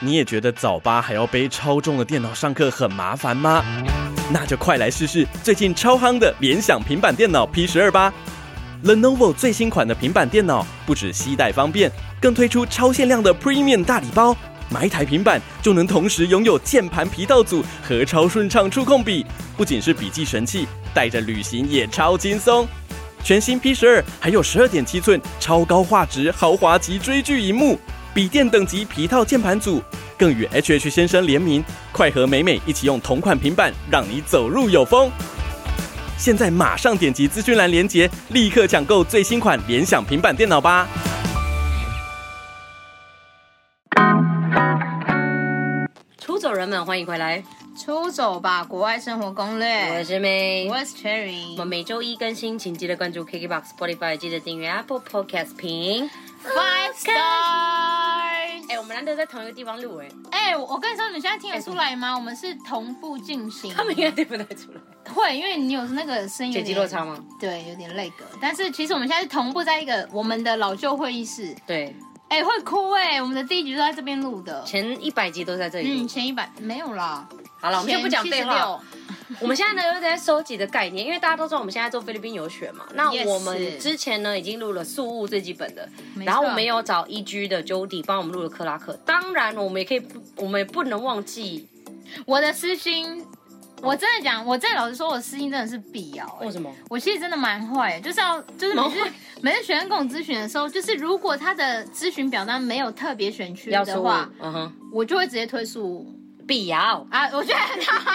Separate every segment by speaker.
Speaker 1: 你也觉得早八还要背超重的电脑上课很麻烦吗？那就快来试试最近超夯的联想平板电脑 P 十二吧。Lenovo 最新款的平板电脑不止携带方便，更推出超限量的 Premium 大礼包，买一台平板就能同时拥有键盘皮套组和超顺畅触控笔，不仅是笔记神器，带着旅行也超轻松。全新 P 十二还有十二点七寸超高画质豪华级追剧荧幕，笔电等级皮套键盘组，更与 HH 先生联名，快和美美一起用同款平板，让你走路有风。现在马上点击资讯栏连接，立刻抢购最新款联想平板电脑吧！
Speaker 2: 出走人们，欢迎回来，
Speaker 3: 出走吧，国外生活攻
Speaker 2: 我
Speaker 3: 略。
Speaker 2: 是妹，
Speaker 3: 我是 Cherry，
Speaker 2: 哎我们每周一更新，请记得关注 KKBOX、Spotify，记得订阅 Apple Podcast 评。
Speaker 3: Five Stars。
Speaker 2: 哎、我们难得在同一个地方录哎，
Speaker 3: 哎、我跟你说，你现在听得出来吗？我们是同步进行，
Speaker 2: 他们应该听不太出 来，
Speaker 3: 会，因为你有那个声音有
Speaker 2: 剪
Speaker 3: 点
Speaker 2: 辑落差，吗？
Speaker 3: 对，有点累格。但是其实我们现在是同步在一个我们的老旧会议室，
Speaker 2: 对，
Speaker 3: 哎、会哭哎、我们的第一集都在这边录的，
Speaker 2: 前一百集都在这里录。
Speaker 3: 嗯，前一百没有啦，
Speaker 2: 好了，我们就不讲废
Speaker 3: 前
Speaker 2: 话。
Speaker 3: 76，
Speaker 2: 我们现在呢又在收集的概念，因为大家都知道我们现在做菲律宾游学 嘛。那
Speaker 3: Yes
Speaker 2: 我们之前呢已经录了宿务最基本的，
Speaker 3: 没错
Speaker 2: 然后我们有找 EG 的 Jody 帮我们录了克拉克。当然，我们也可以，我们也不能忘记
Speaker 3: 我的私心，我真的讲，我真的老实说，我私心真的是必要、哎
Speaker 2: 为什么？
Speaker 3: 我其实真的蛮坏的，就是要就是每次
Speaker 2: 蛮坏
Speaker 3: 每次学生跟我咨询的时候，就是如果他的咨询表单没有特别选区
Speaker 2: 要
Speaker 3: 的
Speaker 2: 说
Speaker 3: 话，，
Speaker 2: 嗯哼，
Speaker 3: 我就会直接推数
Speaker 2: 必要。
Speaker 3: 啊。我觉得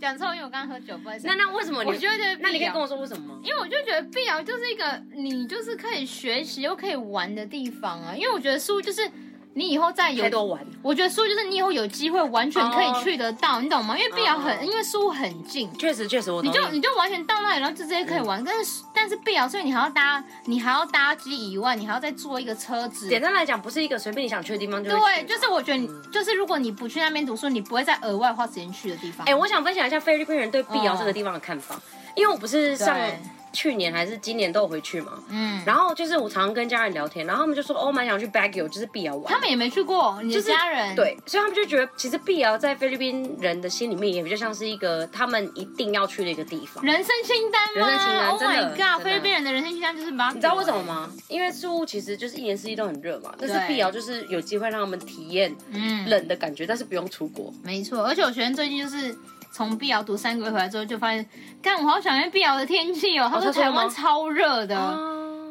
Speaker 3: 讲错，因为我刚喝酒，不好意思。
Speaker 2: 那那为什么你？
Speaker 3: 我觉得
Speaker 2: 那你可以跟
Speaker 3: 我，
Speaker 2: 我说为什么吗？
Speaker 3: 因为我就觉得碧瑶就是一个你就是可以学习又可以玩的地方啊。因为我觉得书就是你以后再有
Speaker 2: 太多玩，
Speaker 3: 我觉得书就是你以后有机会完全可
Speaker 2: 哦
Speaker 3: 以去得到你懂吗？因为碧瑶很
Speaker 2: 哦
Speaker 3: 因为书很近，
Speaker 2: 确实确实我
Speaker 3: 你
Speaker 2: 同
Speaker 3: 就
Speaker 2: 意。
Speaker 3: 你就完全到那里，然后就直接可以玩。但是但是必要，所以你还要搭，你还要搭机以外，你还要再坐一个车子。
Speaker 2: 简单来讲，不是一个随便你想去的地方就会
Speaker 3: 对，
Speaker 2: 去嗯
Speaker 3: 就是我觉得你，就是如果你不去那边读书，你不会再额外花时间去的地方。
Speaker 2: 哎、我想分享一下菲律宾人对碧瑶这个地方的看法，
Speaker 3: 嗯
Speaker 2: 因为我不是上
Speaker 3: 对
Speaker 2: 去年还是今年都有回去嘛，
Speaker 3: 嗯，
Speaker 2: 然后就是我常跟家人聊天，然后他们就说，哦，我蛮想去 Baguio，就是碧瑶玩。
Speaker 3: 他们也没去过，你
Speaker 2: 就
Speaker 3: 的
Speaker 2: 是
Speaker 3: 家人、，
Speaker 2: 对，所以他们就觉得，其实碧瑶在菲律宾人的心里面，也比较像是一个他们一定要去的一个地方。
Speaker 3: 人生清单吗
Speaker 2: 人生清单
Speaker 3: o h
Speaker 2: 真的
Speaker 3: my
Speaker 2: 真的
Speaker 3: god，菲律宾人的人生清单就是把
Speaker 2: 你知道为什么？吗？因为宿务其实就是一年四季都很热嘛，但是
Speaker 3: 对
Speaker 2: 碧瑶就是有机会让他们体验
Speaker 3: 嗯，
Speaker 2: 冷的感觉，但是不用出国。
Speaker 3: 没错。而且我学生最近就是从碧瑶读三个月回来之后，就发现，干，我好想念碧瑶的天气哦。他
Speaker 2: 他
Speaker 3: 说
Speaker 2: 说
Speaker 3: 台湾
Speaker 2: 吗
Speaker 3: 超热的。
Speaker 2: 啊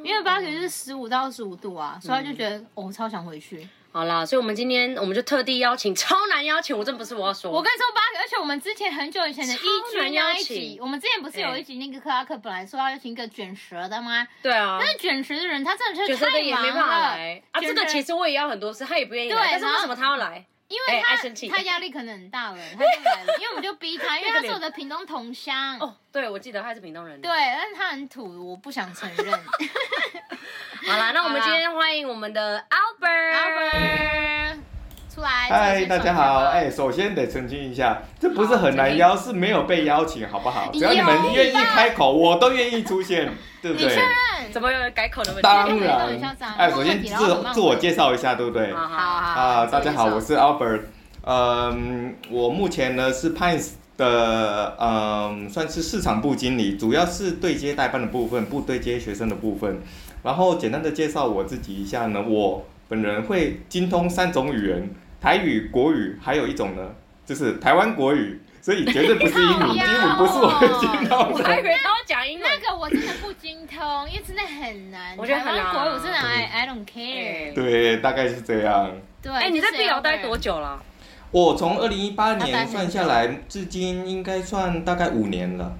Speaker 3: 因为八九就是十五到十五度啊，所以他就觉得、
Speaker 2: 嗯
Speaker 3: 哦，我超想回去。
Speaker 2: 好啦，所以我们今天我们就特地邀请，超难邀请，我真不是我要说，
Speaker 3: 我跟你说八九，而且我们之前很久以前的一
Speaker 2: 超难
Speaker 3: 居
Speaker 2: 邀
Speaker 3: 那
Speaker 2: 请哎
Speaker 3: 一集，我们之前不是有一集那个克拉克本来说要邀请一个卷舌的吗？
Speaker 2: 对啊，
Speaker 3: 但是卷舌的人他真的
Speaker 2: 觉
Speaker 3: 是
Speaker 2: 得
Speaker 3: 太
Speaker 2: 也
Speaker 3: 忙
Speaker 2: 没办法来
Speaker 3: 了
Speaker 2: 啊。
Speaker 3: 觉
Speaker 2: 这
Speaker 3: 得
Speaker 2: 个其实我也要很多次，他也不愿意来，
Speaker 3: 对
Speaker 2: 但是为
Speaker 3: 然后
Speaker 2: 什么他要来？
Speaker 3: 因
Speaker 2: 哎
Speaker 3: 为
Speaker 2: 爱
Speaker 3: 他、
Speaker 2: 生气
Speaker 3: 他压力可能很大了，他就来了，因为我们就逼他，因为他是我的屏东同乡。
Speaker 2: 哦，对，我记得他是屏东人。
Speaker 3: 对，，但是他很土，我不想承 认。
Speaker 2: 好啦，那我们
Speaker 3: 好啦
Speaker 2: 今天欢迎我们的 Albert。
Speaker 3: Albert，出来。
Speaker 4: 嗨，
Speaker 3: 做
Speaker 4: 大
Speaker 3: 些手
Speaker 4: 家好！
Speaker 3: 脚
Speaker 4: 哎、首先得澄清一下，这不是很难邀，是没有被邀请，好不
Speaker 3: 啊
Speaker 4: 好？只要你们愿意开口，我都愿意出现，对不
Speaker 3: 你
Speaker 4: 对
Speaker 3: 确？认？
Speaker 2: 怎么有改口的问题？
Speaker 4: 当
Speaker 3: 你确认你到底
Speaker 4: 然
Speaker 3: 要这样。
Speaker 4: 哎，首先
Speaker 3: 你
Speaker 4: 自
Speaker 3: 要很慢
Speaker 4: 自我介绍一下，对不对？
Speaker 2: 好
Speaker 3: 好
Speaker 2: 好，
Speaker 3: 啊好
Speaker 4: 啊、
Speaker 3: 啊，
Speaker 4: 大家好，
Speaker 3: 自我
Speaker 4: 我
Speaker 3: 介绍
Speaker 4: 是 Albert。嗯，我目前呢是 Pines 的，嗯，算是市场部经理，主要是对接代班的部分，不对接学生的部分。然后简单的介绍我自己一下呢，我本人会精通三种语言，台语、国语，还有一种呢就是台湾国语，所以绝对不是英
Speaker 3: 靠
Speaker 4: 语，英
Speaker 3: 腰
Speaker 4: 语不是我会 精通
Speaker 2: 哦我还以
Speaker 4: 的。
Speaker 2: 为他要讲英
Speaker 3: 那
Speaker 2: 文。
Speaker 3: 个我真的不精通，因为真的很难。
Speaker 2: 我觉得很难嗯
Speaker 3: 台湾国我真的 I I don't care。
Speaker 4: 对，大概是这样。
Speaker 3: 对，
Speaker 2: 哎，你在
Speaker 3: 就是
Speaker 2: 碧瑶
Speaker 3: 要
Speaker 2: 待
Speaker 3: 这样
Speaker 2: 多久了？
Speaker 4: 我从二零一八
Speaker 3: 大概
Speaker 4: 年
Speaker 3: 是
Speaker 4: 算下来，至今应该算大概五年了。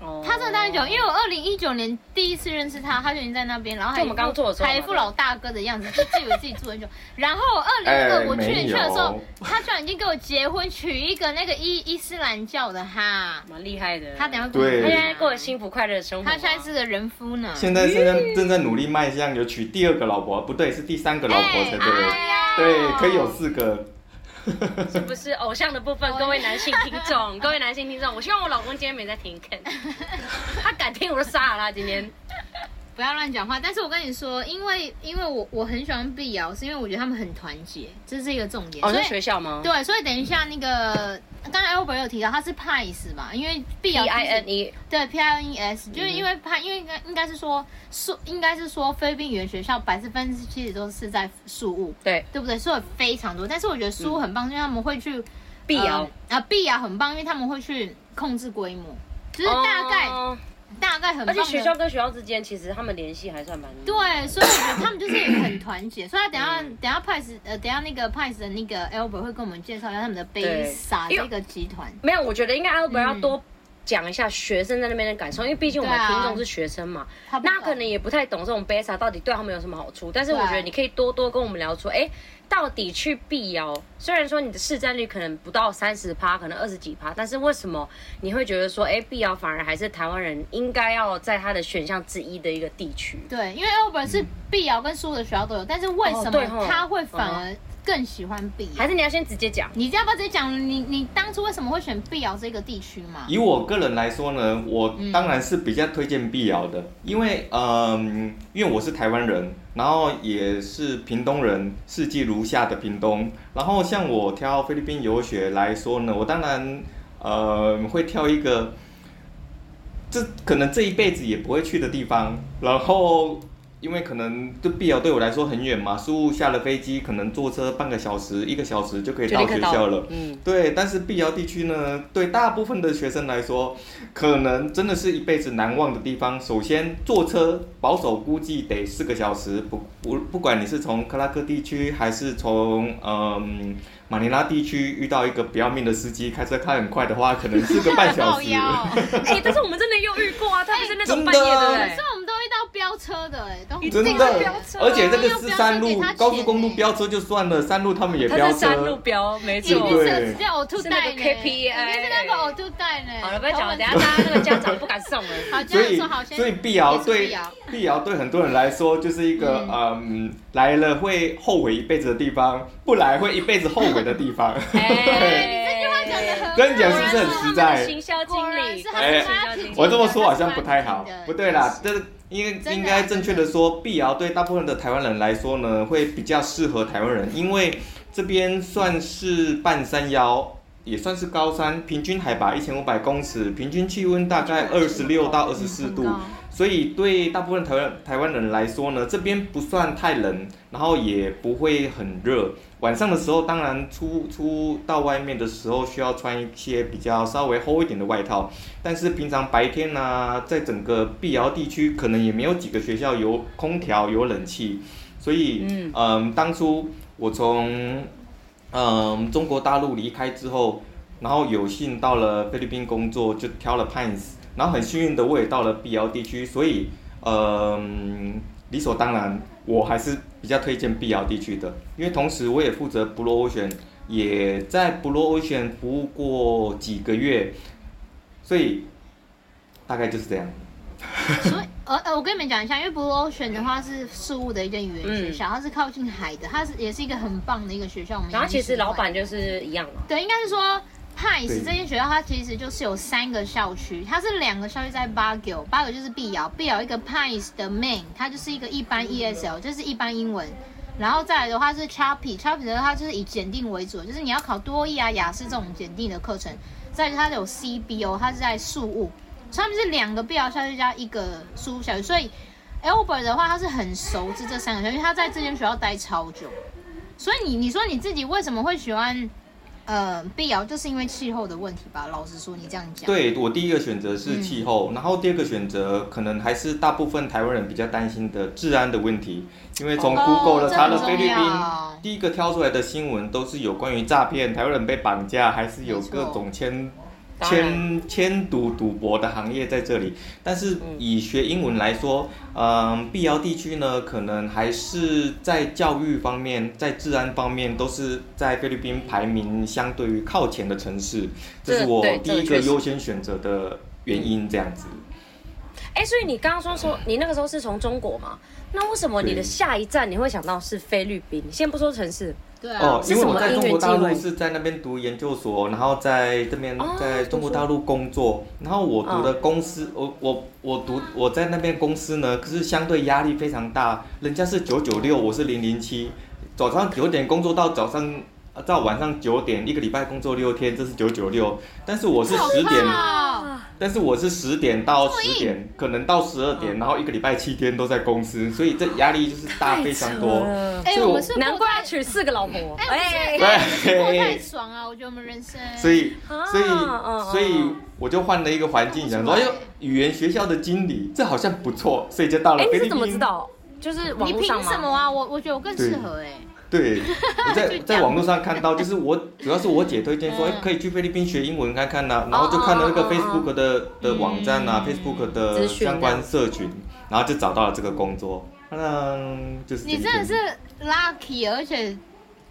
Speaker 2: 哦
Speaker 3: 他真的待很久，因为我二零一九年第一次认识他，他就已经在那边，然后还
Speaker 2: 就我们刚做的时候嘛
Speaker 3: 还一副老大哥的样子，就自以为自己住很久。然后二零
Speaker 4: 哎
Speaker 3: 二个我去年
Speaker 4: 没
Speaker 3: 去
Speaker 4: 有
Speaker 3: 的时候，他居然已经给我结婚，娶一个那个伊伊斯兰教的哈。
Speaker 2: 蛮厉害的。
Speaker 3: 他等一下
Speaker 4: 对
Speaker 2: 他
Speaker 3: 跟
Speaker 2: 现
Speaker 3: 我
Speaker 2: 在哎过得
Speaker 3: 讲
Speaker 2: 幸福快乐的生活吗。
Speaker 3: 他现在是个人夫呢。
Speaker 4: 现在现在正在努力迈向有娶第二个老婆，不对，是第三个老婆才对。
Speaker 3: 哎呀
Speaker 4: 对，可以有四个。
Speaker 2: 是不是偶像的部
Speaker 3: 哦
Speaker 2: 分？各位男性听 众，各位男性听众，我希望我老公今天没在听看，他敢听我就杀了他今天。
Speaker 3: 不要乱讲话。但是我跟你说，因为因为我我很喜欢碧瑶，是因为我觉得他们很团结，这是一个重点。
Speaker 2: 哦，
Speaker 3: 所
Speaker 2: 在
Speaker 3: 以
Speaker 2: 学校吗？
Speaker 3: 对，所以等一下那个刚才 Albert 有提到他是 Pines 吧，因为碧瑶
Speaker 2: D I N 嗯 E
Speaker 3: 对 P I N E S，就是因为派，因为应该应该是说树，应该是说菲律宾语言学校百分之七十都是在树屋，
Speaker 2: 对
Speaker 3: 对不对？所以非常多，但是我觉得树屋很棒，因为他们会去
Speaker 2: 碧瑶，
Speaker 3: 呃啊，碧瑶很棒，因为他们会去控制规模，就是大概、
Speaker 2: 哦
Speaker 3: 大概很
Speaker 2: 而
Speaker 3: 棒
Speaker 2: 且
Speaker 3: 的。
Speaker 2: 学校跟学校之间其实他们联系还算蛮
Speaker 3: 对，啊所以我觉得他们就是很团结。所以他等一下、等一下派斯呃，等一下那个派斯的那个 Albert 会跟我们介绍一下他们的
Speaker 2: 对
Speaker 3: 贝萨
Speaker 2: 因为
Speaker 3: 这个集团。
Speaker 2: 没有，我觉得应该 Albert 要多讲一下学生在那边的感受，因为毕竟我们
Speaker 3: 嗯对啊
Speaker 2: 听众是学生嘛，
Speaker 3: 他不
Speaker 2: 那
Speaker 3: 懂
Speaker 2: 可能也不太懂这种 Beta 到底对他们有什么好处。但是我
Speaker 3: 对
Speaker 2: 觉得你可以多多跟我们聊出，哎、到底去碧瑶，虽然说你的市占率可能不到三十趴，可能二十几趴，但是为什么你会觉得说，哎、碧瑶反而还是台湾人应该要在他的选项之一的一个地区？
Speaker 3: 对，因为 Albert 是碧瑶跟苏的学校都有，但是为什
Speaker 2: 哦对吼
Speaker 3: 么他会反而更喜欢碧
Speaker 2: 还
Speaker 3: 瑶？
Speaker 2: 是你要先直接讲？
Speaker 3: 你要不要直接讲你你当初为什么会选碧瑶这个地区嘛？
Speaker 4: 以我个人来说呢，我当然是比较推荐碧瑶的，因为嗯，因为我是台湾人，然后也是屏东人，四季如夏的屏东。然后像我挑菲律宾游学来说呢，我当然呃会挑一个这可能这一辈子也不会去的地方。然后因为可能这碧瑶对我来说很远嘛，苏雾下了飞机，可能坐车半个小时、一个小时就可以
Speaker 2: 就
Speaker 4: 到
Speaker 2: 立刻
Speaker 4: 学
Speaker 2: 到
Speaker 4: 校了。
Speaker 2: 嗯，
Speaker 4: 对，但是碧瑶地区呢，对大部分的学生来说，可能真的是一辈子难忘的地方。首先，坐车保守估计得四个小时，不不不管你是从克拉克地区还是从嗯马尼拉地区，遇到一个不要命的司机，开车开很快的话，可能四个半小
Speaker 3: 靠
Speaker 4: 时。
Speaker 3: 腰，
Speaker 2: 哎、但是我们真的又遇过啊，特别是那种
Speaker 4: 真
Speaker 2: 半夜，
Speaker 4: 的啊
Speaker 2: 对不
Speaker 3: 所
Speaker 2: 对？
Speaker 3: 以我们都遇到飙车的哎， 都
Speaker 4: 真
Speaker 2: 一定
Speaker 4: 的
Speaker 2: 会飙车，啊
Speaker 4: 而且这个
Speaker 3: 要
Speaker 4: 是
Speaker 3: 飙车
Speaker 4: 山
Speaker 3: 给
Speaker 4: 路
Speaker 3: 他，
Speaker 4: 高速
Speaker 3: 钱
Speaker 4: 公路
Speaker 3: 欸
Speaker 4: 飙车就算了，山路他们也
Speaker 2: 它
Speaker 4: 飙
Speaker 2: 是山路
Speaker 4: 车。
Speaker 2: 标，没
Speaker 3: 一定
Speaker 2: 错。
Speaker 4: 对
Speaker 3: 是要呕吐
Speaker 2: 是那
Speaker 3: 袋
Speaker 2: 个
Speaker 3: 呢，
Speaker 2: KPI
Speaker 3: 一定是那个呕吐袋呢。
Speaker 2: 好了，不要讲了，等一
Speaker 3: 头
Speaker 2: 下
Speaker 3: 很
Speaker 2: 大家那个家长不敢送了。
Speaker 3: 好，这
Speaker 4: 所
Speaker 3: 样
Speaker 4: 以
Speaker 3: 说好，先
Speaker 4: 所以碧瑶
Speaker 3: 也是碧
Speaker 4: 对
Speaker 3: 瑶
Speaker 4: 碧瑶对很多人来说就是一个嗯来了会后悔一辈子的地方，不来会一辈子后悔的 地方。
Speaker 2: 哎，你这句话
Speaker 3: 讲得很好
Speaker 4: 跟你讲是不是很实在
Speaker 2: 行销经
Speaker 3: 果然
Speaker 2: 理，
Speaker 3: 是
Speaker 2: 果
Speaker 3: 他
Speaker 2: 然
Speaker 4: 哎
Speaker 2: 是行销经理
Speaker 4: 我这么说好像不太好
Speaker 3: 真的，
Speaker 4: 不对啦，这应
Speaker 3: 真的啊
Speaker 4: 应该正确的说，碧瑶对大部分的台湾人来说呢，会比较适合台湾人，因为这边算是半山腰。也算是高山，平均海拔一千五百公尺，平均气温大概二十六到二十四度，所以对大部分台湾台湾人来说呢，这边不算太冷，然后也不会很热。晚上的时候，当然出出到外面的时候需要穿一些比较稍微厚一点的外套，但是平常白天呢、在整个碧瑶地区，可能也没有几个学校有空调有冷气，所以
Speaker 2: 嗯
Speaker 4: 嗯当初我从嗯中国大陆离开之后，然后有幸到了菲律宾工作，就挑了 Pines，然后很幸运的我也到了碧瑶地区，所以嗯，理所当然，我还是比较推荐碧瑶地区的，因为同时我也负责 Blue Ocean，也在 Blue Ocean 服务过几个月，所以大概就是这样。
Speaker 3: 所以，呃呃，我跟你们讲一下，因为 Blue Ocean 的话是事务的一间语言学校，它是靠近海的，它是也是一个很棒的一个学校。我们
Speaker 2: 然后
Speaker 3: 已经
Speaker 2: 其实
Speaker 3: 喜欢
Speaker 2: 老板就是一样嘛，
Speaker 3: 对，应该是说派斯
Speaker 4: 对
Speaker 3: 这间学校，它其实就是有三个校区，它是两个校区在八九，八九就是碧瑶，碧瑶一个派斯的 main，它就是一个一般 ESL，就是一般英文。然后再来的话是 Chappy，Chappy 的话它就是以检定为主，就是你要考多益啊、雅思这种检定的课程。再来它有 CBO，它是在数物，所以他们是两个碧瑶校区加一个数物校区。所以 Albert 的话，他是很熟知这三个校区，因为他在这间学校待超久。所以你你说你自己为什么会喜欢呃碧瑶，就是因为气候的问题吧？老实说，你这样嗯讲，
Speaker 4: 对我第一个选择是气候，然后第二个选择可能还是大部分台湾人比较担心的治安的问题，因为从
Speaker 3: 哦
Speaker 4: Google 了
Speaker 3: 这
Speaker 4: 查
Speaker 3: 很
Speaker 4: 了
Speaker 3: 重
Speaker 4: 菲律宾
Speaker 3: 要，
Speaker 4: 第一个挑出来的新闻都是有关于诈骗，台湾人被绑架，还是有
Speaker 3: 没错
Speaker 4: 各种牵
Speaker 2: 当然
Speaker 4: 牵牵赌赌博的行业在这里。但是
Speaker 3: 嗯
Speaker 4: 以学英文来说，嗯，碧瑶地区呢，可能还是在教育方面、在治安方面都是在菲律宾排名相对于靠前的城市，这
Speaker 2: 这
Speaker 4: 是我
Speaker 2: 对
Speaker 4: 第
Speaker 2: 这
Speaker 4: 一
Speaker 2: 确
Speaker 4: 个
Speaker 2: 实
Speaker 4: 优先选择的原因。这样子，
Speaker 2: 哎，所以你刚刚说说你那个时候是从中国嘛？那为什么你的
Speaker 4: 对
Speaker 2: 下一站你会想到是菲律宾？先不说城市，
Speaker 3: 对啊，
Speaker 4: 哦，
Speaker 2: 嗯是
Speaker 4: 因为
Speaker 2: 什
Speaker 4: 我
Speaker 2: 么
Speaker 4: 在
Speaker 2: 因
Speaker 4: 中
Speaker 2: 缘
Speaker 4: 国大
Speaker 2: 际
Speaker 4: 陆
Speaker 2: 会
Speaker 4: 是在那边读研究所，然后在这边
Speaker 2: 哦
Speaker 4: 在中国大陆工作，然后我读的公
Speaker 2: 嗯
Speaker 4: 司，我我我读我在那边公司呢，可是相对压力非常大，人家是九九六，我是零零七，早上九点工作到早上呃到晚上九点，一个礼拜工作六天，这是九九六，但是我是
Speaker 3: 好
Speaker 4: 十点，
Speaker 2: 啊
Speaker 3: 怕哦，
Speaker 4: 但是我是十点到
Speaker 3: 所以
Speaker 4: 十点，可能到十二
Speaker 2: 嗯
Speaker 4: 点，然后一个礼拜七天都在公司，所以这压力就是大啊非常多。
Speaker 3: 哎、
Speaker 4: 所以
Speaker 3: 我
Speaker 4: 我
Speaker 3: 们是过
Speaker 2: 难怪要
Speaker 3: 太，
Speaker 2: 娶四个老婆。
Speaker 3: 哎、我
Speaker 4: 对
Speaker 3: 们是过太爽啊！我觉得我们人生，
Speaker 4: 所以，
Speaker 2: 啊
Speaker 4: 所以
Speaker 2: 嗯，
Speaker 4: 所以
Speaker 2: 嗯
Speaker 4: 我就换了一个环境，想说，哎呦，语言学校的经理，这好像不错，所以就到了
Speaker 2: 哎，你
Speaker 4: 菲
Speaker 2: 是
Speaker 4: 律
Speaker 2: 怎么知
Speaker 4: 宾。
Speaker 2: 道？就是网
Speaker 3: 你
Speaker 2: 络
Speaker 3: 凭
Speaker 2: 上
Speaker 3: 什么
Speaker 2: 吗？
Speaker 3: 啊？我我觉得我更适合哎、
Speaker 4: 对，我在
Speaker 3: 就这样
Speaker 4: 在网络上看到，就是我主要是我姐推荐说，
Speaker 3: 嗯
Speaker 4: 哎，可以去菲律宾学英文看看呐，然后就看了那
Speaker 2: 哦哦
Speaker 4: 个
Speaker 2: 哦
Speaker 4: Facebook 的的网站啊
Speaker 3: 嗯
Speaker 4: ，Facebook
Speaker 2: 资
Speaker 4: 的
Speaker 2: 讯
Speaker 4: 相关社群，然后就找到了这个工作。嗯，就是
Speaker 3: 你
Speaker 4: 今
Speaker 3: 真的
Speaker 4: 天
Speaker 3: 是 lucky，而且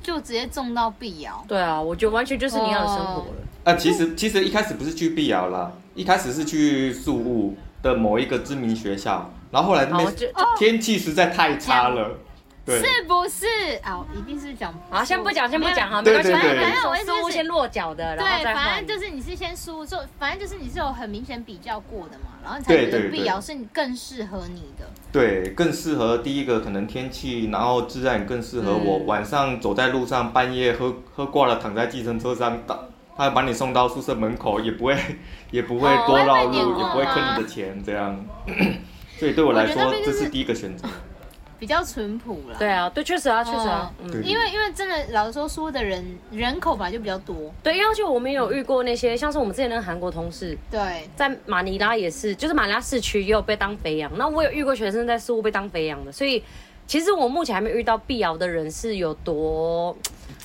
Speaker 3: 就直接中到碧瑶。
Speaker 2: 对啊，我觉得完全就是你要的生活了。
Speaker 4: 啊，其实其实一开始不是去碧瑶啦，一开始是去宿务的某一个知名学校，然后后来
Speaker 2: 好，
Speaker 4: 那边
Speaker 2: 就
Speaker 4: 天气实在太差了，对，
Speaker 3: 哦是不是啊？我一定是讲
Speaker 2: 好，先不讲，先不讲哈，没
Speaker 4: 对
Speaker 2: 关系，
Speaker 4: 对对
Speaker 2: 反正
Speaker 3: 对
Speaker 2: 我是物先落脚的，然后
Speaker 3: 对，
Speaker 2: 再
Speaker 3: 反正
Speaker 2: 换。
Speaker 3: 就是你是先输，就反正就是你是有很明显比较过的嘛，然后你才
Speaker 4: 对
Speaker 3: 觉得
Speaker 4: 对
Speaker 3: 碧
Speaker 4: 对
Speaker 3: 瑶是你更适合你的。
Speaker 4: 对，更适合第一个可能天气，然后自然更适合我。
Speaker 2: 嗯
Speaker 4: 晚上走在路上，半夜喝喝挂了，躺在计程车上，到他把你送到宿舍门口，也不会 也不会
Speaker 3: 哦
Speaker 4: 多绕
Speaker 3: 外面
Speaker 4: 路，
Speaker 3: 点过
Speaker 4: 也不会
Speaker 3: 吗
Speaker 4: 坑你的钱，这样。 所以对我来
Speaker 3: 我觉得那
Speaker 4: 说，
Speaker 3: 边就
Speaker 4: 这
Speaker 3: 是嗯
Speaker 4: 是第一个选择。
Speaker 3: 比较淳朴啦。
Speaker 2: 对啊，对，确实啊，确实啊，
Speaker 4: 对
Speaker 2: 嗯。
Speaker 3: 因为因为真的老实说，说的人人口本来就比较多，
Speaker 2: 对，因为就我们也有遇过那些，像是我们之前那个韩国同事，
Speaker 3: 对，
Speaker 2: 在马尼拉也是，就是马尼拉市区也有被当肥羊。那我有遇过学生在宿务被当肥羊的，所以其实我目前还没有遇到碧瑶的人是有多，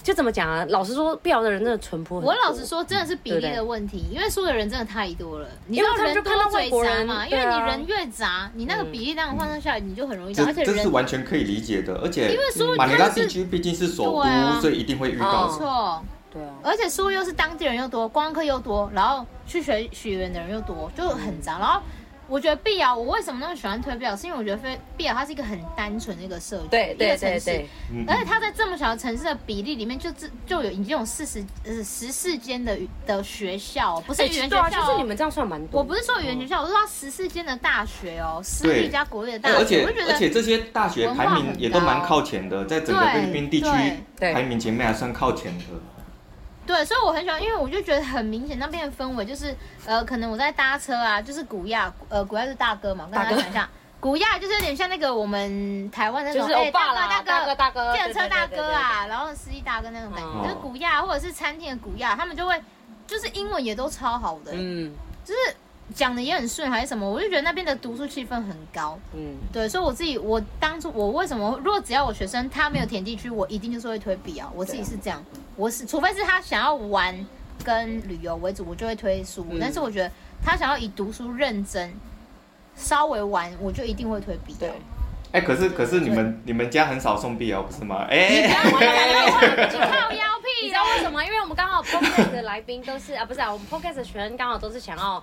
Speaker 2: 就怎么讲啊？老实说，碧瑶的人真的淳朴很多。
Speaker 3: 我老实说，真的是比例的问题，因为输的人真的太多了。你知道
Speaker 2: 因为啊他们
Speaker 3: 人
Speaker 2: 就
Speaker 3: 多
Speaker 2: 看到
Speaker 3: 嘴
Speaker 2: 外国
Speaker 3: 杂
Speaker 2: 人
Speaker 3: 嘛，因
Speaker 2: 对
Speaker 3: 为
Speaker 2: 啊嗯
Speaker 3: 你人越杂，你那个比例当然换算下来，你就很容易到，
Speaker 4: 这
Speaker 3: 而且
Speaker 4: 这是
Speaker 3: 人
Speaker 4: 完全可以理解的，而且
Speaker 3: 苏
Speaker 4: 马尼拉
Speaker 3: 它是
Speaker 4: 地区毕竟是首
Speaker 3: 对啊
Speaker 4: 都，所以一定会遇到
Speaker 2: 哦
Speaker 3: 没错，
Speaker 2: 对啊，
Speaker 3: 而且输又是当地人又多，观光客又多，然后去学学员的人又多，就很
Speaker 2: 嗯
Speaker 3: 杂。然后我觉得碧瑶，我为什么那么喜欢推碧瑶，是因为我觉得非碧瑶它是一个很单纯的一个社区，
Speaker 2: 对
Speaker 3: 一
Speaker 2: 对
Speaker 3: 个城
Speaker 2: 对
Speaker 3: 市
Speaker 2: 对，
Speaker 4: 嗯
Speaker 3: 而且它在这么小的城市的比例里面就，自就有已经有四十呃十四间的语的学校，不是
Speaker 2: 哎
Speaker 3: 语言学
Speaker 2: 对
Speaker 3: 校、哦
Speaker 2: 啊，就是你。们这样算蛮多。
Speaker 3: 我不是说语言学校，我是说十四间的大学哦，私
Speaker 4: 对
Speaker 3: 立加国立的大
Speaker 4: 对
Speaker 3: 学，
Speaker 4: 而且
Speaker 3: 我就觉
Speaker 4: 而且
Speaker 3: 得
Speaker 4: 这些大学
Speaker 3: 文化
Speaker 4: 排名也
Speaker 3: 很
Speaker 4: 都
Speaker 3: 高
Speaker 4: 蛮靠前的，在整个
Speaker 3: 对
Speaker 4: 菲律宾地区
Speaker 2: 对
Speaker 4: 排名前面还算靠前的。
Speaker 3: 对，所以我很喜欢，因为我就觉得很明显那边的氛围就是，呃，可能我在搭车啊，就是古亚，呃，古亚是大哥嘛，我跟
Speaker 2: 大
Speaker 3: 大
Speaker 2: 哥
Speaker 3: 家讲一下，古亚就是有点像那个我们台湾那种，
Speaker 2: 就是
Speaker 3: 哎
Speaker 2: 欧巴啦，
Speaker 3: 大哥
Speaker 2: 大哥大哥，
Speaker 3: 电车大
Speaker 2: 对对
Speaker 3: 哥啊，然后司机大哥那种感觉，
Speaker 2: 哦
Speaker 3: 就是古亚或者是餐厅的古亚，他们就会就是英文也都超好
Speaker 2: 对
Speaker 3: 的，
Speaker 2: 对对嗯
Speaker 3: 就是讲的也很顺还是什么，我就觉得那边的读书气氛很高。
Speaker 2: 嗯，
Speaker 3: 对，所以我自己，我当初我为什么，如果只要我学生他没有填进去，我一定就是会推比啊，我自己是这样，我是除非是他想要玩跟旅游为主，我就会推书，
Speaker 2: 嗯
Speaker 3: 但是我觉得他想要以读书认真。稍微玩，我就一定会推比
Speaker 2: 对
Speaker 3: 啊。。
Speaker 4: 哎，可是可是你们你们家很少送碧瑶不是吗？哎，
Speaker 2: 你不要玩了玩了
Speaker 3: 你靠腰屁
Speaker 2: 你
Speaker 3: 啦
Speaker 2: 知道为什么？因为我们刚好 podcast 的来宾都是啊，不是啊，我们 podcast 的学生刚好都是想要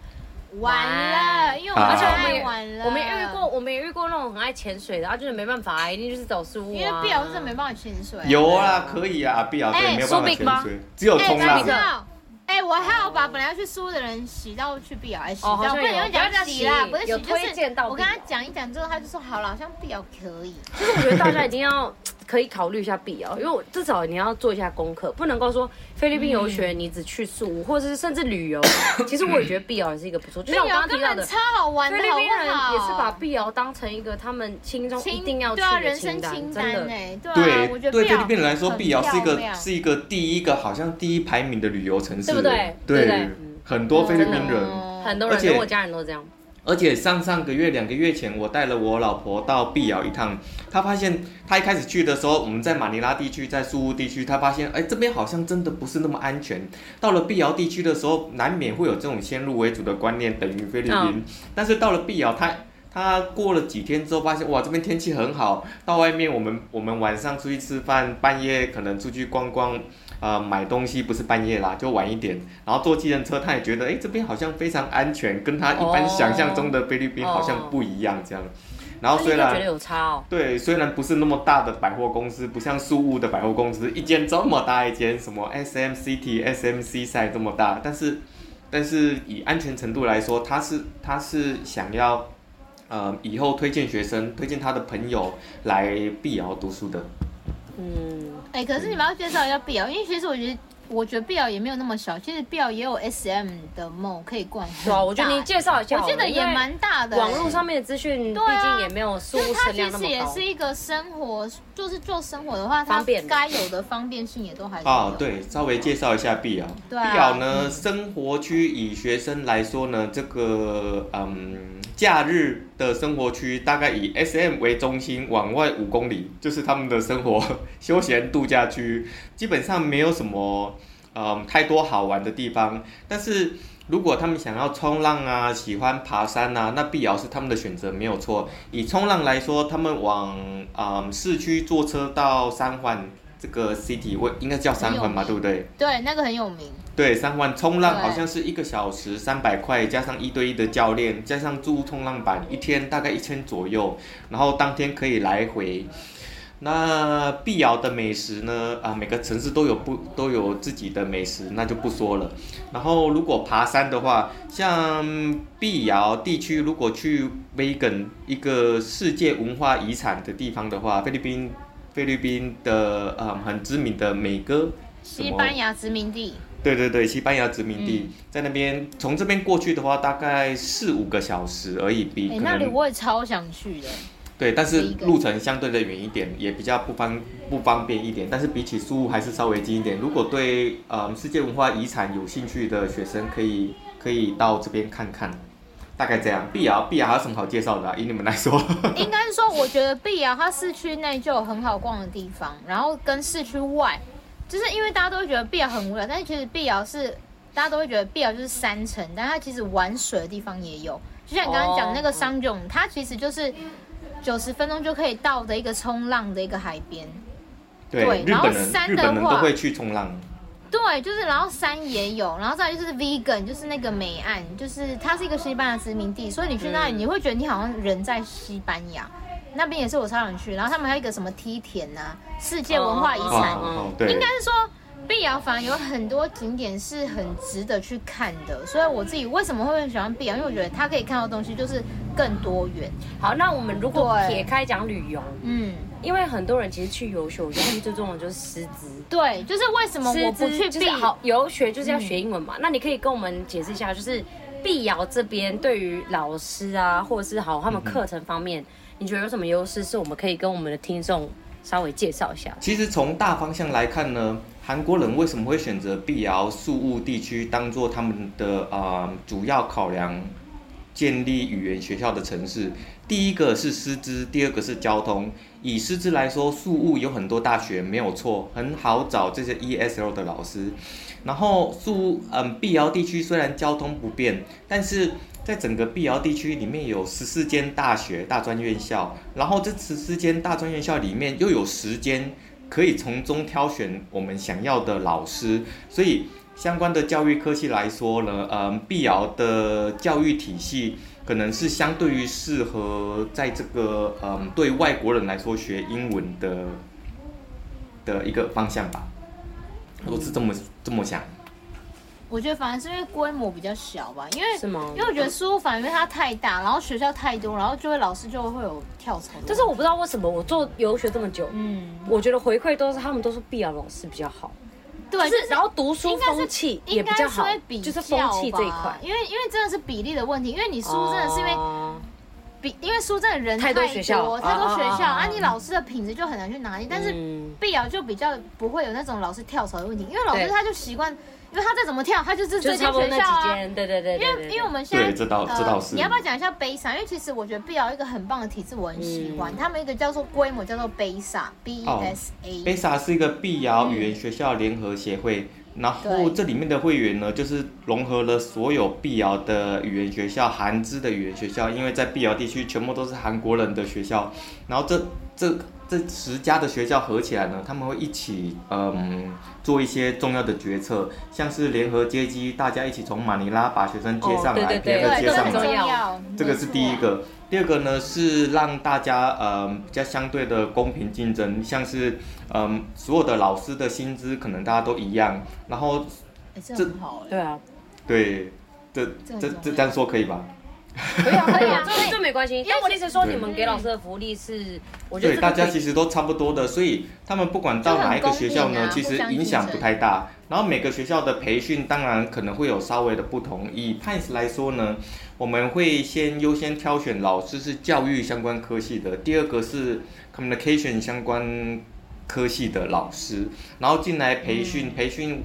Speaker 3: 完了，因为我们太
Speaker 4: 啊
Speaker 2: 而且
Speaker 3: 爱玩了。
Speaker 2: 我们也遇过，，我们也遇过那种很爱潜水的，啊，就是没办法啊，一定就是走失误啊。
Speaker 3: 因为碧瑶真的没办法潜水。
Speaker 4: 有啊，可以啊，碧瑶
Speaker 3: 哎
Speaker 4: 对没有办
Speaker 2: 苏
Speaker 4: 法
Speaker 2: 炳吗
Speaker 4: 潜水，只有
Speaker 3: 哎，
Speaker 4: 冲
Speaker 3: 大家
Speaker 4: 浪
Speaker 3: 知。道？哎，我还有把本来要去苏的人洗到去碧瑶，哎，洗
Speaker 2: 哦
Speaker 3: 到
Speaker 2: 好像
Speaker 3: 不
Speaker 2: 有
Speaker 3: 能讲洗啦，
Speaker 2: 不
Speaker 3: 不
Speaker 2: 要
Speaker 3: 是
Speaker 2: 讲洗有
Speaker 3: 洗，就是
Speaker 2: 推荐到碧瑶
Speaker 3: 我跟他讲一讲之后，他就说好了，好像碧瑶可以。
Speaker 2: 就是我觉得大家一定要可以考虑一下碧瑶，因为我至少你要做一下功课，不能够说菲律宾游学你只去宿务，或者是甚至旅 游。其实我也觉得碧瑶也是一个不错，就
Speaker 3: 碧
Speaker 2: 像我刚刚
Speaker 3: 瑶啊根
Speaker 2: 提到的
Speaker 3: 本，超好玩的，
Speaker 2: 菲律
Speaker 3: 好
Speaker 2: 宾人
Speaker 3: 不好？
Speaker 2: 也是把碧瑶当成一个他们心中一定要去
Speaker 3: 对啊，
Speaker 2: 的
Speaker 3: 人生
Speaker 2: 单，
Speaker 3: 清
Speaker 2: 真的。
Speaker 3: 哎，对啊，我
Speaker 4: 对
Speaker 3: 觉得
Speaker 4: 对，
Speaker 3: 碧
Speaker 4: 菲
Speaker 3: 瑶
Speaker 4: 律宾人来说，
Speaker 3: 很
Speaker 4: 碧瑶是一
Speaker 3: 漂
Speaker 4: 个
Speaker 3: 亮
Speaker 4: 是一个第一个好像第一排名的旅游城市，
Speaker 2: 对不对对不对
Speaker 4: 对
Speaker 2: 嗯，
Speaker 4: 很多菲律宾人。
Speaker 3: 哦
Speaker 2: 很多人
Speaker 4: 而且
Speaker 2: 跟我家人都这样，
Speaker 4: 而且上上个月、两个月前，我带了我老婆到碧瑶一趟，她发现她一开始去的时候，我们在马尼拉地区，在苏屋地区，她发现哎这边好像真的不是那么安全。到了碧瑶地区的时候，难免会有这种先入为主的观念，等于菲律宾。
Speaker 2: 嗯
Speaker 4: 但是到了碧瑶，她她过了几天之后，发现哇这边天气很好，到外面我们我们晚上出去吃饭，半夜可能出去逛逛。呃，买东西不是半夜啦，就晚一点，然后坐计程车，她也觉得，哎，这边好像非常安全，跟她一般
Speaker 2: 哦
Speaker 4: 想象中的菲律宾好像不一样这样。然后
Speaker 2: 那
Speaker 4: 虽
Speaker 2: 你就觉
Speaker 4: 然
Speaker 2: 得有差哦。
Speaker 4: 对，虽然不是那么大的百货公司，不像苏屋的百货公司，一间这么大一间，什么 SMCT、SMC 赛这么大，但是，但是以安全程度来说，它是它是想要，呃，以后推荐学生、推荐他的朋友来碧瑶读书的。
Speaker 2: 嗯，
Speaker 3: 哎、可是你们要介绍一下碧瑶，因为其实我觉得，我觉得碧瑶也没有那么小，其实碧瑶也有 SM 的梦可以逛。
Speaker 2: 对啊，我觉得你介绍一下好
Speaker 3: 我
Speaker 2: 了，
Speaker 3: 觉得
Speaker 2: 因
Speaker 3: 也
Speaker 2: 为
Speaker 3: 蛮大的、欸
Speaker 2: 网络上面的资讯，
Speaker 3: 对啊
Speaker 2: 毕竟也没有
Speaker 3: 就
Speaker 2: 书
Speaker 3: 是它
Speaker 2: 声
Speaker 3: 其
Speaker 2: 量那
Speaker 3: 实
Speaker 2: 么
Speaker 3: 也
Speaker 2: 高
Speaker 3: 是。一个生活，就是做生活的话，它
Speaker 2: 方便的
Speaker 3: 该有的方便性也都还是有。
Speaker 4: 哦，，对，稍微介绍一下碧瑶。
Speaker 3: 对啊
Speaker 4: 碧瑶呢，生活区以学生来说呢，这个嗯，假日的生活区大概以 S M 为中心，往外五公里就是他们的生活休闲度假区，基本上没有什么嗯太多好玩的地方，但是。如果他们想要冲浪啊，喜欢爬山啊，那碧瑶是他们的选择，没有错。以冲浪来说，他们往嗯市区坐车到三环这个 city，我应该叫三环嘛，
Speaker 3: 很有
Speaker 4: 对不
Speaker 3: 名
Speaker 4: 对？
Speaker 3: 对，那个很有名。
Speaker 4: 对，三环冲浪
Speaker 3: 对
Speaker 4: 好像是一个小时三百块，加上一对一的教练，加上租冲浪板，一天大概一千左右，然后当天可以来回。那碧瑶的美食呢？啊，每个城市都有不都有自己的美食，那就不说了。然后如果爬山的话，像碧瑶地区，如果去 Vegan 一个世界文化遗产的地方的话，菲律宾菲律宾的嗯很知名的美歌。什
Speaker 3: 西
Speaker 4: 么
Speaker 3: 班牙殖民地，
Speaker 4: 对对对，西班牙殖
Speaker 3: 嗯
Speaker 4: 民地、在那边，从这边过去的话，大概四五个小时而已，比
Speaker 3: 哎、
Speaker 4: 可
Speaker 3: 那里
Speaker 4: 能、
Speaker 3: 我也超想去的。
Speaker 4: 对，但
Speaker 3: 是
Speaker 4: 是
Speaker 3: 一个
Speaker 4: 路程相对的远一点，也比较不方不方便一点。但是比起苏雾还是稍微近一点。如果对呃世界文化遗产有兴趣的学生，可以可以到这边看看。大概这样，碧瑶碧瑶还有什么好介绍的啊、以你们来 说，
Speaker 3: 应该是说，我觉得碧瑶它市区内就有很好逛的地方，然后跟市区外，就是因为大家都会觉得碧瑶很无聊，但是其实碧瑶是大家都会觉得碧瑶就是山城，但它其实玩水的地方也有。就像你刚刚讲
Speaker 2: 哦
Speaker 3: 的
Speaker 4: 嗯
Speaker 3: 那个商囧，它其实就是九十分钟就可以到的一个冲浪的一个海边。对
Speaker 4: 日
Speaker 3: 然后
Speaker 4: 本人
Speaker 3: 山
Speaker 4: 日
Speaker 3: 的
Speaker 4: 本人都
Speaker 3: 话
Speaker 4: 会去冲浪，
Speaker 3: 对，就是然后山也有，然后再来就是 vegan，就是那个美岸，就是它是一个西班牙殖民地，所以你去那里
Speaker 2: 嗯
Speaker 3: 你会觉得你好像人在西班牙。那边也是我超想去，然后他们还有一个什么梯田呐、世界文化遗
Speaker 2: 哦
Speaker 3: 产，
Speaker 4: 哦，对，
Speaker 3: 啊应该是说碧瑶反而有很多景点是很值得去看的，所以我自己为什么会很喜欢碧瑶，因为我觉得它可以看到的东西就是更多元。
Speaker 2: 好，那我们如果
Speaker 3: 对
Speaker 2: 撇开讲旅游，
Speaker 3: 嗯，
Speaker 2: 因为很多人其实去游学，我觉得他们最重要的就是师资。
Speaker 3: 对，就是为什么我
Speaker 2: 师
Speaker 3: 不
Speaker 2: 资
Speaker 3: 去
Speaker 2: 就
Speaker 3: 碧
Speaker 2: 是好游学就是要学英文嘛。那你可以跟我们解释一下，就是碧瑶这边对于老师啊，或者是好他们课程方面，你觉得有什么优势是我们可以跟我们的听众稍微介绍一下？
Speaker 4: 其实从大方向来看呢，韩国人为什么会选择碧瑶宿务地区当做他们的呃主要考量，建立语言学校的城市？第一个是师资，第二个是交通。以师资来说，宿务有很多大学没有错，很好找这些 ESL 的老师。然后宿嗯碧瑶地区虽然交通不便，但是在整个碧瑶地区里面有十四间大学大专院校，然后这十四间大专院校里面又有十间可以从中挑选我们想要的老师，所以相关的教育科系来说呢，嗯，碧瑶的教育体系可能是相对于适合在这个嗯对外国人来说学英文的的一个方向吧，我是这么这么想。
Speaker 3: 我觉得反而是因为规模比较小吧，因为
Speaker 2: 是吗
Speaker 3: 因为我觉得书反而因为它太大，然后学校太多，然后就会老师就会有跳槽的问题。
Speaker 2: 但是我不知道为什么我做游学这么久，
Speaker 3: 嗯，
Speaker 2: 我觉得回馈都是他们都说碧瑶老师比较好，
Speaker 3: 对，
Speaker 2: 就是然后读书
Speaker 3: 应该是
Speaker 2: 风气也
Speaker 3: 应
Speaker 2: 比
Speaker 3: 该
Speaker 2: 较
Speaker 3: 是
Speaker 2: 好
Speaker 3: 会，比
Speaker 2: 就是
Speaker 3: 较
Speaker 2: 风气这一
Speaker 3: 吧
Speaker 2: 块。
Speaker 3: 因为因为真的是比例的问题，因为你书真的是因为
Speaker 2: 哦
Speaker 3: 比，因为书真的人
Speaker 2: 太多
Speaker 3: 多
Speaker 2: 学校
Speaker 3: 太多学
Speaker 2: 啊啊
Speaker 3: 校，
Speaker 2: 啊啊
Speaker 3: 啊，你老师的品质就很难去拿捏，但是。
Speaker 2: 嗯
Speaker 3: 碧瑶就比较不会有那种老师跳槽的问题，因为老
Speaker 2: 对
Speaker 3: 师他就习惯，因为他再怎么跳，他就是
Speaker 2: 就
Speaker 3: 这
Speaker 2: 是
Speaker 3: 间
Speaker 2: 差不多
Speaker 3: 学
Speaker 2: 那
Speaker 3: 校
Speaker 2: 几
Speaker 3: 啊。
Speaker 2: 间，对对对，
Speaker 3: 因
Speaker 2: 对对
Speaker 3: 为
Speaker 2: 对
Speaker 3: 因为我们现在
Speaker 4: 对这倒这哦倒
Speaker 3: 呃
Speaker 4: 是
Speaker 3: 你要不要讲一下悲伤？因为其实我觉得碧瑶有一个很棒的体制，我很喜欢。
Speaker 2: 嗯
Speaker 3: 他们一个叫做规模，叫做悲萨 B E
Speaker 4: 哦
Speaker 3: S A，、
Speaker 4: 贝萨是一个碧瑶语言学校联合协会，然后
Speaker 3: 嗯对
Speaker 4: 这里面的会员呢，就是融合了所有碧瑶的语言学校、韩资的语言学校，因为在碧瑶地区全部都是韩国人的学校，然后这这这十家的学校合起来呢，他们会一起嗯做一些重要的决策，像是联合接机，大家一起从马尼拉把学生接上
Speaker 2: 哦
Speaker 4: 来，
Speaker 2: 对对
Speaker 4: 别
Speaker 2: 对
Speaker 4: 人
Speaker 3: 对，
Speaker 4: 接
Speaker 3: 这
Speaker 4: 上
Speaker 3: 很
Speaker 2: 这
Speaker 4: 来
Speaker 2: 个，
Speaker 3: 重要。
Speaker 4: 这个是第一
Speaker 3: 没错。
Speaker 4: 个。第二个呢是让大家呃比较相对的公平竞争，像是嗯、所有的老师的薪资可能大家都一样，然后
Speaker 5: 哎，这
Speaker 4: 这
Speaker 5: 很好哎、
Speaker 2: 对啊，
Speaker 4: 对这
Speaker 5: 这
Speaker 4: 这
Speaker 5: 很
Speaker 4: 这
Speaker 5: 重
Speaker 4: 这样说可以吧？
Speaker 5: 可以啊，可
Speaker 2: 可
Speaker 5: 以
Speaker 2: 以
Speaker 5: 啊
Speaker 2: 啊，，这这没关系。但我的意思是说，你们给老师的福利是，我觉得
Speaker 4: 对，
Speaker 2: 这
Speaker 4: 大
Speaker 2: 个
Speaker 4: 家
Speaker 2: 可以
Speaker 4: 其实都差不多的，所以他们不管到哪一个学校
Speaker 5: 就很
Speaker 4: 呢，
Speaker 5: 公
Speaker 4: 其
Speaker 5: 平啊
Speaker 4: 实
Speaker 5: 互相
Speaker 4: 影响
Speaker 5: 竞
Speaker 4: 不
Speaker 5: 争
Speaker 4: 太大。然后每个学校的培训当然可能会有稍微的不同。以 p i n e 来说呢，我们会先优先挑选老师是教育相关科系的，第二个是 communication 相关科系的老师，然后进来培
Speaker 5: 嗯
Speaker 4: 训，培训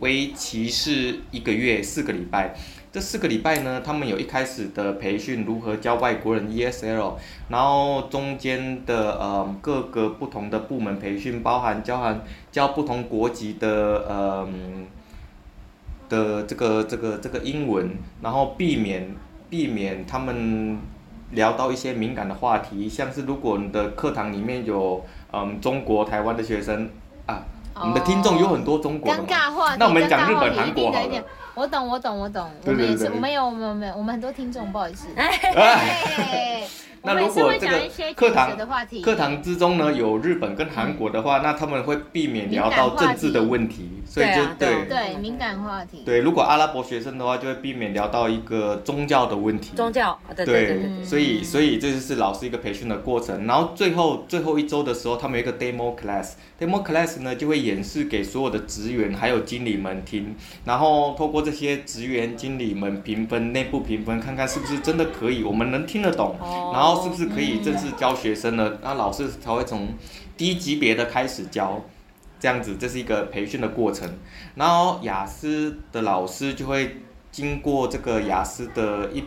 Speaker 4: 为期是一个月四个礼拜。这四个礼拜呢，他们有一开始的培训如何教外国人 ESL，然后中间的呃各个不同的部门培训，包含教含教不同国籍的呃的这个这个这个英文，然后避免避免他们聊到一些敏感的话题，像是如果你的课堂里面有嗯中国台湾的学生啊，我们的听众有很多中国
Speaker 3: 尴
Speaker 4: 的嘛，
Speaker 3: 尬话题，
Speaker 4: 那我们
Speaker 3: 尴
Speaker 4: 讲
Speaker 3: 尬
Speaker 4: 日
Speaker 3: 话
Speaker 4: 本
Speaker 3: 题
Speaker 4: 韩
Speaker 3: 一
Speaker 4: 国
Speaker 3: 定的
Speaker 4: 好
Speaker 3: 一定
Speaker 4: 了。
Speaker 3: 我懂，我懂，我懂。
Speaker 4: 对
Speaker 3: 我们也
Speaker 4: 对
Speaker 3: 是，
Speaker 4: 对
Speaker 3: 我们有，我们我们我们很多听众，不好意思。
Speaker 4: 哎
Speaker 3: 嘿
Speaker 4: 那
Speaker 3: 我们也
Speaker 4: 如
Speaker 3: 是
Speaker 4: 果
Speaker 3: 会
Speaker 4: 这
Speaker 3: 讲一些
Speaker 4: 个课
Speaker 3: 曲
Speaker 4: 堂
Speaker 3: 折的话题
Speaker 4: 课堂之中呢有日本跟韩国的话，那他们会避免聊
Speaker 3: 敏感
Speaker 4: 到
Speaker 3: 话题
Speaker 4: 政治的问题，所以就
Speaker 2: 对啊对啊
Speaker 3: 对敏感话题，
Speaker 4: 对，如果阿拉伯学生的话，就会避免聊到一个宗教的问题。
Speaker 2: 宗教，啊对对对
Speaker 4: 对
Speaker 2: 对对，
Speaker 4: 所以所以这就是老师一个培训的过程。然后最后最后一周的时候，他们有一个 demo class，demo class 呢就会演示给所有的职员还有经理们听，然后透过这些职员经理们评分内部评分，看看是不是真的可以，我们能听得懂，
Speaker 2: 哦
Speaker 4: 然后是不是可以正式教学生呢？那老师才会从低级别的开始教。这样子，这是一个培训的过程。然后雅思的老师就会经过这个雅思的一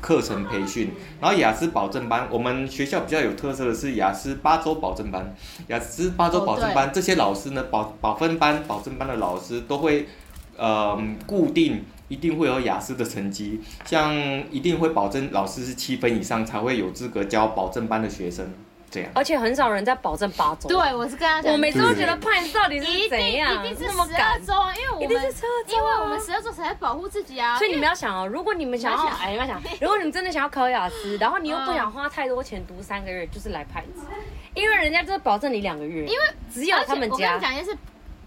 Speaker 4: 课程培训，然后雅思保证班，我们学校比较有特色的是雅思八周保证班，雅思八周保证班、这些老师呢，保保分班、保证班的老师都会，呃，固定一定会有雅思的成绩，像一定会保证老师是七分以上才会有资格教保证班的学生，这样。
Speaker 2: 而且很少人在保证八周。
Speaker 3: 对，我是跟他讲，
Speaker 2: 我每次都觉得
Speaker 4: 对
Speaker 2: 派到底
Speaker 3: 一
Speaker 2: 是
Speaker 3: 定
Speaker 2: 怎样，
Speaker 3: 一定是
Speaker 2: 那么
Speaker 3: 十二
Speaker 2: 赶，
Speaker 3: 周啊，因为我
Speaker 2: 一
Speaker 3: 们
Speaker 2: 定是车周，
Speaker 3: 因为我们十二周才在保护自己啊，
Speaker 2: 所以你
Speaker 3: 因
Speaker 2: 们
Speaker 3: 为
Speaker 2: 要想哦，如果你们想要，
Speaker 3: 你们想
Speaker 2: 哎，你们想，如果你们真的想要考雅思，然后你又不想花太多钱读三个月，就是来派 子，因为人家就是保证你两个月，因为只有
Speaker 3: 而且
Speaker 2: 他们
Speaker 3: 我跟
Speaker 2: 家
Speaker 3: 你，讲，就是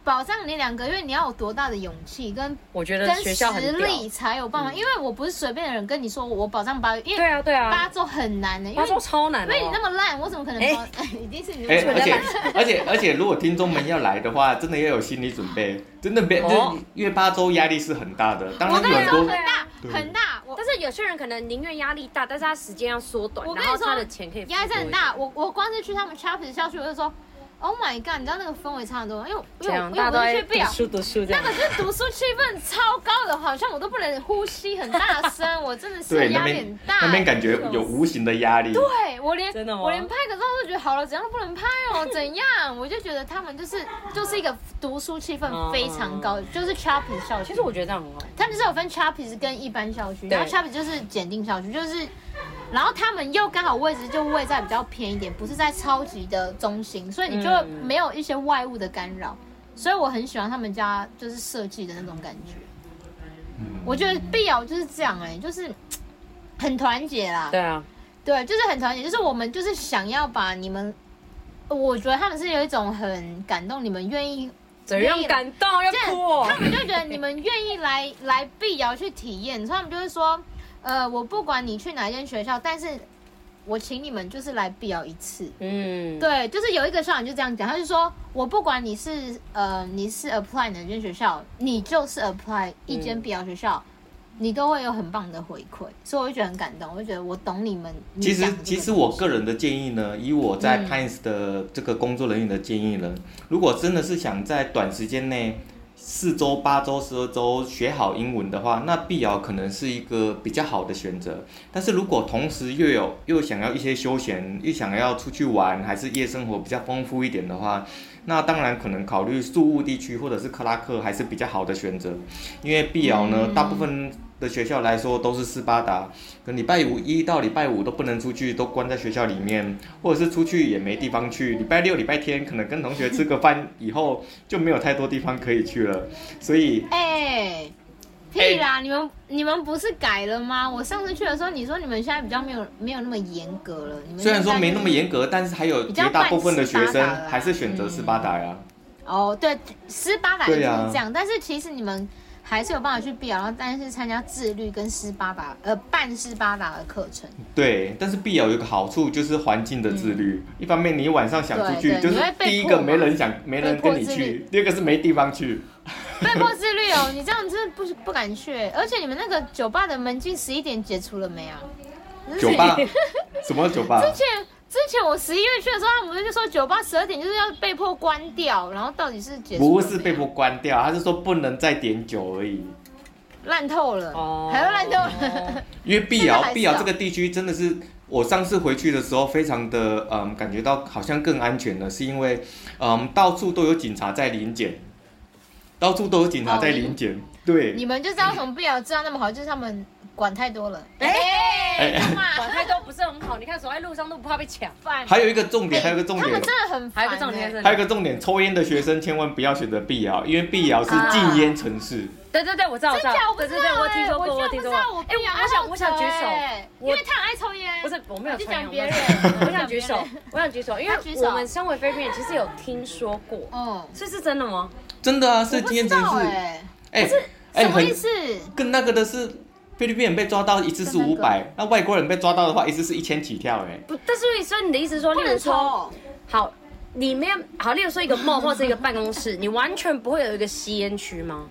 Speaker 3: 保障你两个月，你要有多大的勇气跟
Speaker 2: 我觉得
Speaker 3: 跟
Speaker 2: 学校很
Speaker 3: 实
Speaker 2: 屌。嗯
Speaker 3: 力才有办法，因为我不是随便的人跟你说我保障八，因
Speaker 2: 对
Speaker 3: 为
Speaker 2: 啊，对啊
Speaker 3: 八，周很难的，因
Speaker 2: 八
Speaker 3: 为
Speaker 2: 周超难
Speaker 3: 因
Speaker 2: 的哦，
Speaker 3: 为你那么烂，我怎么可能保？ 一定是你
Speaker 4: 哎、
Speaker 3: 们
Speaker 4: 而且而 且 而且，如果听众们要来的话，真的要有心理准备，真的别，
Speaker 2: 哦
Speaker 4: 这月八周压力是很大的，当
Speaker 3: 我
Speaker 4: 然
Speaker 3: 跟
Speaker 4: 有
Speaker 3: 你
Speaker 4: 哎很
Speaker 3: 说很
Speaker 4: 多
Speaker 3: 大
Speaker 4: 对
Speaker 3: 很大，我
Speaker 2: 但是有些人可能宁愿压力大，但是他时间要缩短
Speaker 3: 我，跟
Speaker 2: 然
Speaker 3: 你
Speaker 2: 后
Speaker 3: 说
Speaker 2: 他的钱可以付
Speaker 3: 压力真的很
Speaker 2: 多一点。
Speaker 3: 大。我我光是去他们 Chapter 校区，我就说 Oh my God，你知道那个氛围差很多，因为因
Speaker 2: 这
Speaker 3: 为
Speaker 2: 样
Speaker 3: 我
Speaker 2: 大家
Speaker 3: 因
Speaker 2: 都
Speaker 3: 为我
Speaker 2: 在
Speaker 3: 去不了
Speaker 2: 读。书读书这
Speaker 3: 那
Speaker 2: 样
Speaker 3: 个。是读书气氛超高的，好像我都不能呼吸，很大声，我真的
Speaker 4: 对
Speaker 3: 是
Speaker 4: 那
Speaker 3: 压力很
Speaker 4: 边
Speaker 3: 大。
Speaker 4: 那边感觉有无形的压力。
Speaker 3: 对我连
Speaker 2: 真的吗
Speaker 3: 我连拍个照都觉得好了，怎样都不能拍 哦，怎样？我就觉得他们就是就是一个读书气
Speaker 2: 嗯
Speaker 3: 氛非常高，就是 Chappies 校区。
Speaker 2: 其实我觉得这样很好，
Speaker 3: 他们是有分 Chappies 跟一般校区，
Speaker 2: 对
Speaker 3: 然后 Chappies 就是检定校区，就是。然后他们又刚好位置就位在比较偏一点，不是在超级的中心，所以你就
Speaker 2: 嗯
Speaker 3: 没有一些外物的干扰，所以我很喜欢他们家就是设计的那种感觉。我觉得碧瑶就是这样哎、就是嘖很团结啦。
Speaker 2: 对啊，
Speaker 3: 对，就是很团结，就是我们就是想要把你们，我觉得他们是有一种很感动，你们愿意，
Speaker 2: 怎样感动要
Speaker 3: 这
Speaker 2: 哭哦
Speaker 3: 他。们就觉得你们愿意来来碧瑶去体验，所以他们就会说，呃，我不管你去哪间学校，但是我请你们就是来碧瑶一次。
Speaker 2: 嗯，
Speaker 3: 对，就是有一个校长就这样讲，他就说我不管你是呃你是 apply 哪间学校，你就是 apply 一间碧瑶学校。你都会有很棒的回馈，所以我就觉得很感动，我就觉得我懂你们。你
Speaker 4: 其实
Speaker 3: 讲的这
Speaker 4: 其
Speaker 3: 个嗯
Speaker 4: 实
Speaker 3: 东
Speaker 4: 我
Speaker 3: 西
Speaker 4: 个人的建议呢，以我在 Pines 的这个工作人员的建议呢，如果真的是想在短时间内四周、八周、十二周学好英文的话，那碧瑶可能是一个比较好的选择。但是如果同时又有又想要一些休闲，又想要出去玩，还是夜生活比较丰富一点的话，那当然可能考虑宿务地区或者是克拉克还是比较好的选择，因为碧瑶呢，
Speaker 3: 嗯
Speaker 4: 大部分的学校来说都是斯巴达，可能礼拜五一到礼拜五都不能出去，都关在学校里面，或者是出去也没地方去。礼拜六、礼拜天可能跟同学吃个饭以后就没有太多地方可以去了，所以
Speaker 3: 哎、屁啦！你们你们不是改了吗？我上次去的时候，你说你们现在比较没有没有那么严格了。你们
Speaker 4: 虽然说
Speaker 3: 现在
Speaker 4: 没那么严格，但是还有
Speaker 3: 比
Speaker 4: 绝
Speaker 3: 较
Speaker 4: 大部分的学
Speaker 3: 半斯巴达
Speaker 4: 生
Speaker 3: 啦
Speaker 4: 还是选择斯巴达呀。
Speaker 3: 哦，对，斯巴达一定
Speaker 4: 对啊
Speaker 3: 是这样，但是其实你们还是有办法去 B 然后但是参加自律跟斯巴达呃半斯巴达的课 程。
Speaker 4: 对，但是必有一个好处就是环境的自律。一方面，你晚上想出去，
Speaker 3: 嗯对对
Speaker 4: 就是
Speaker 3: 你会被
Speaker 4: 第一个
Speaker 3: 迫嘛
Speaker 4: 没人想，没人跟你
Speaker 3: 被迫自律
Speaker 4: 去；第二个是没地 方去。
Speaker 3: 被迫自律哦，你这样真的不不敢去欸。而且你们那个酒吧的门禁十一点解除了没啊？
Speaker 4: 酒吧？什么酒吧？
Speaker 3: 之前之前我十一月去的时候，他们就说酒吧十二点就是要被迫关掉，然后到底是解除了没
Speaker 4: 不
Speaker 3: 啊
Speaker 4: 是被迫关掉，他是说不能再点酒而已。
Speaker 3: 烂透了，
Speaker 2: 哦
Speaker 3: 还要烂透了。
Speaker 2: 哦
Speaker 4: 因为碧
Speaker 3: 现在
Speaker 4: 瑶
Speaker 3: 还是
Speaker 4: 碧瑶
Speaker 3: 啊
Speaker 4: 这个地区真的是，我上次回去的时候非常的嗯，感觉到好像更安全了，是因为嗯到处都有警察在临检，到处都有警察在临检，对，
Speaker 3: 哦你们就知道从 B 了治安那么好，就是他们管太多了。
Speaker 2: 哎，
Speaker 3: 干嘛？
Speaker 2: 管太多不是很好，你看走在路上都不怕被抢。
Speaker 3: 烦
Speaker 4: 还有一个重点，还有一个重
Speaker 3: 哎他
Speaker 4: 点
Speaker 3: 们。真的很烦、
Speaker 2: 还有
Speaker 3: 欸。
Speaker 2: 一个重点是，
Speaker 4: 还有一个重点，抽烟的学生千万不要选择碧瑶，因为碧瑶是
Speaker 3: 啊
Speaker 4: 禁烟城市。
Speaker 2: 对对对，我知道，我知道
Speaker 3: 真假，我不
Speaker 2: 对
Speaker 3: 知道、
Speaker 2: 对
Speaker 3: 欸，
Speaker 2: 对，我听说过，
Speaker 3: 我
Speaker 2: 听
Speaker 3: 居然不
Speaker 2: 说
Speaker 3: 知道我
Speaker 2: 过。
Speaker 3: 碧瑶
Speaker 2: 我哎想，我想举手，
Speaker 3: 因为他很爱抽烟。
Speaker 2: 不是，我没有
Speaker 3: 我就
Speaker 2: 传
Speaker 3: 讲
Speaker 2: 染
Speaker 3: 别人
Speaker 2: 我想举手，我想举手，因为
Speaker 3: 他举手
Speaker 2: 我们身为菲律宾人，其实有听说过，
Speaker 3: 哦，
Speaker 2: 这是真的吗？
Speaker 4: 真的啊，
Speaker 3: 我
Speaker 4: 是
Speaker 3: 不
Speaker 4: 禁
Speaker 3: 知
Speaker 4: 烟城
Speaker 3: 道
Speaker 4: 市。
Speaker 3: 哎、
Speaker 4: 哎哎，
Speaker 3: 什么
Speaker 4: 很
Speaker 3: 意思？
Speaker 4: 更那个的是，菲律宾人被抓到一次是
Speaker 3: 跟那
Speaker 4: 五
Speaker 3: 个
Speaker 4: 百，那外国人被抓到的话，一次是一千起跳。哎，
Speaker 2: 不，但是所以你的意思说，
Speaker 3: 不
Speaker 2: 例如
Speaker 3: 能
Speaker 2: 说，
Speaker 3: 抽，
Speaker 2: 好，里面好，例如说一个梦或者一个办公室，你完全不会有一个吸烟区吗？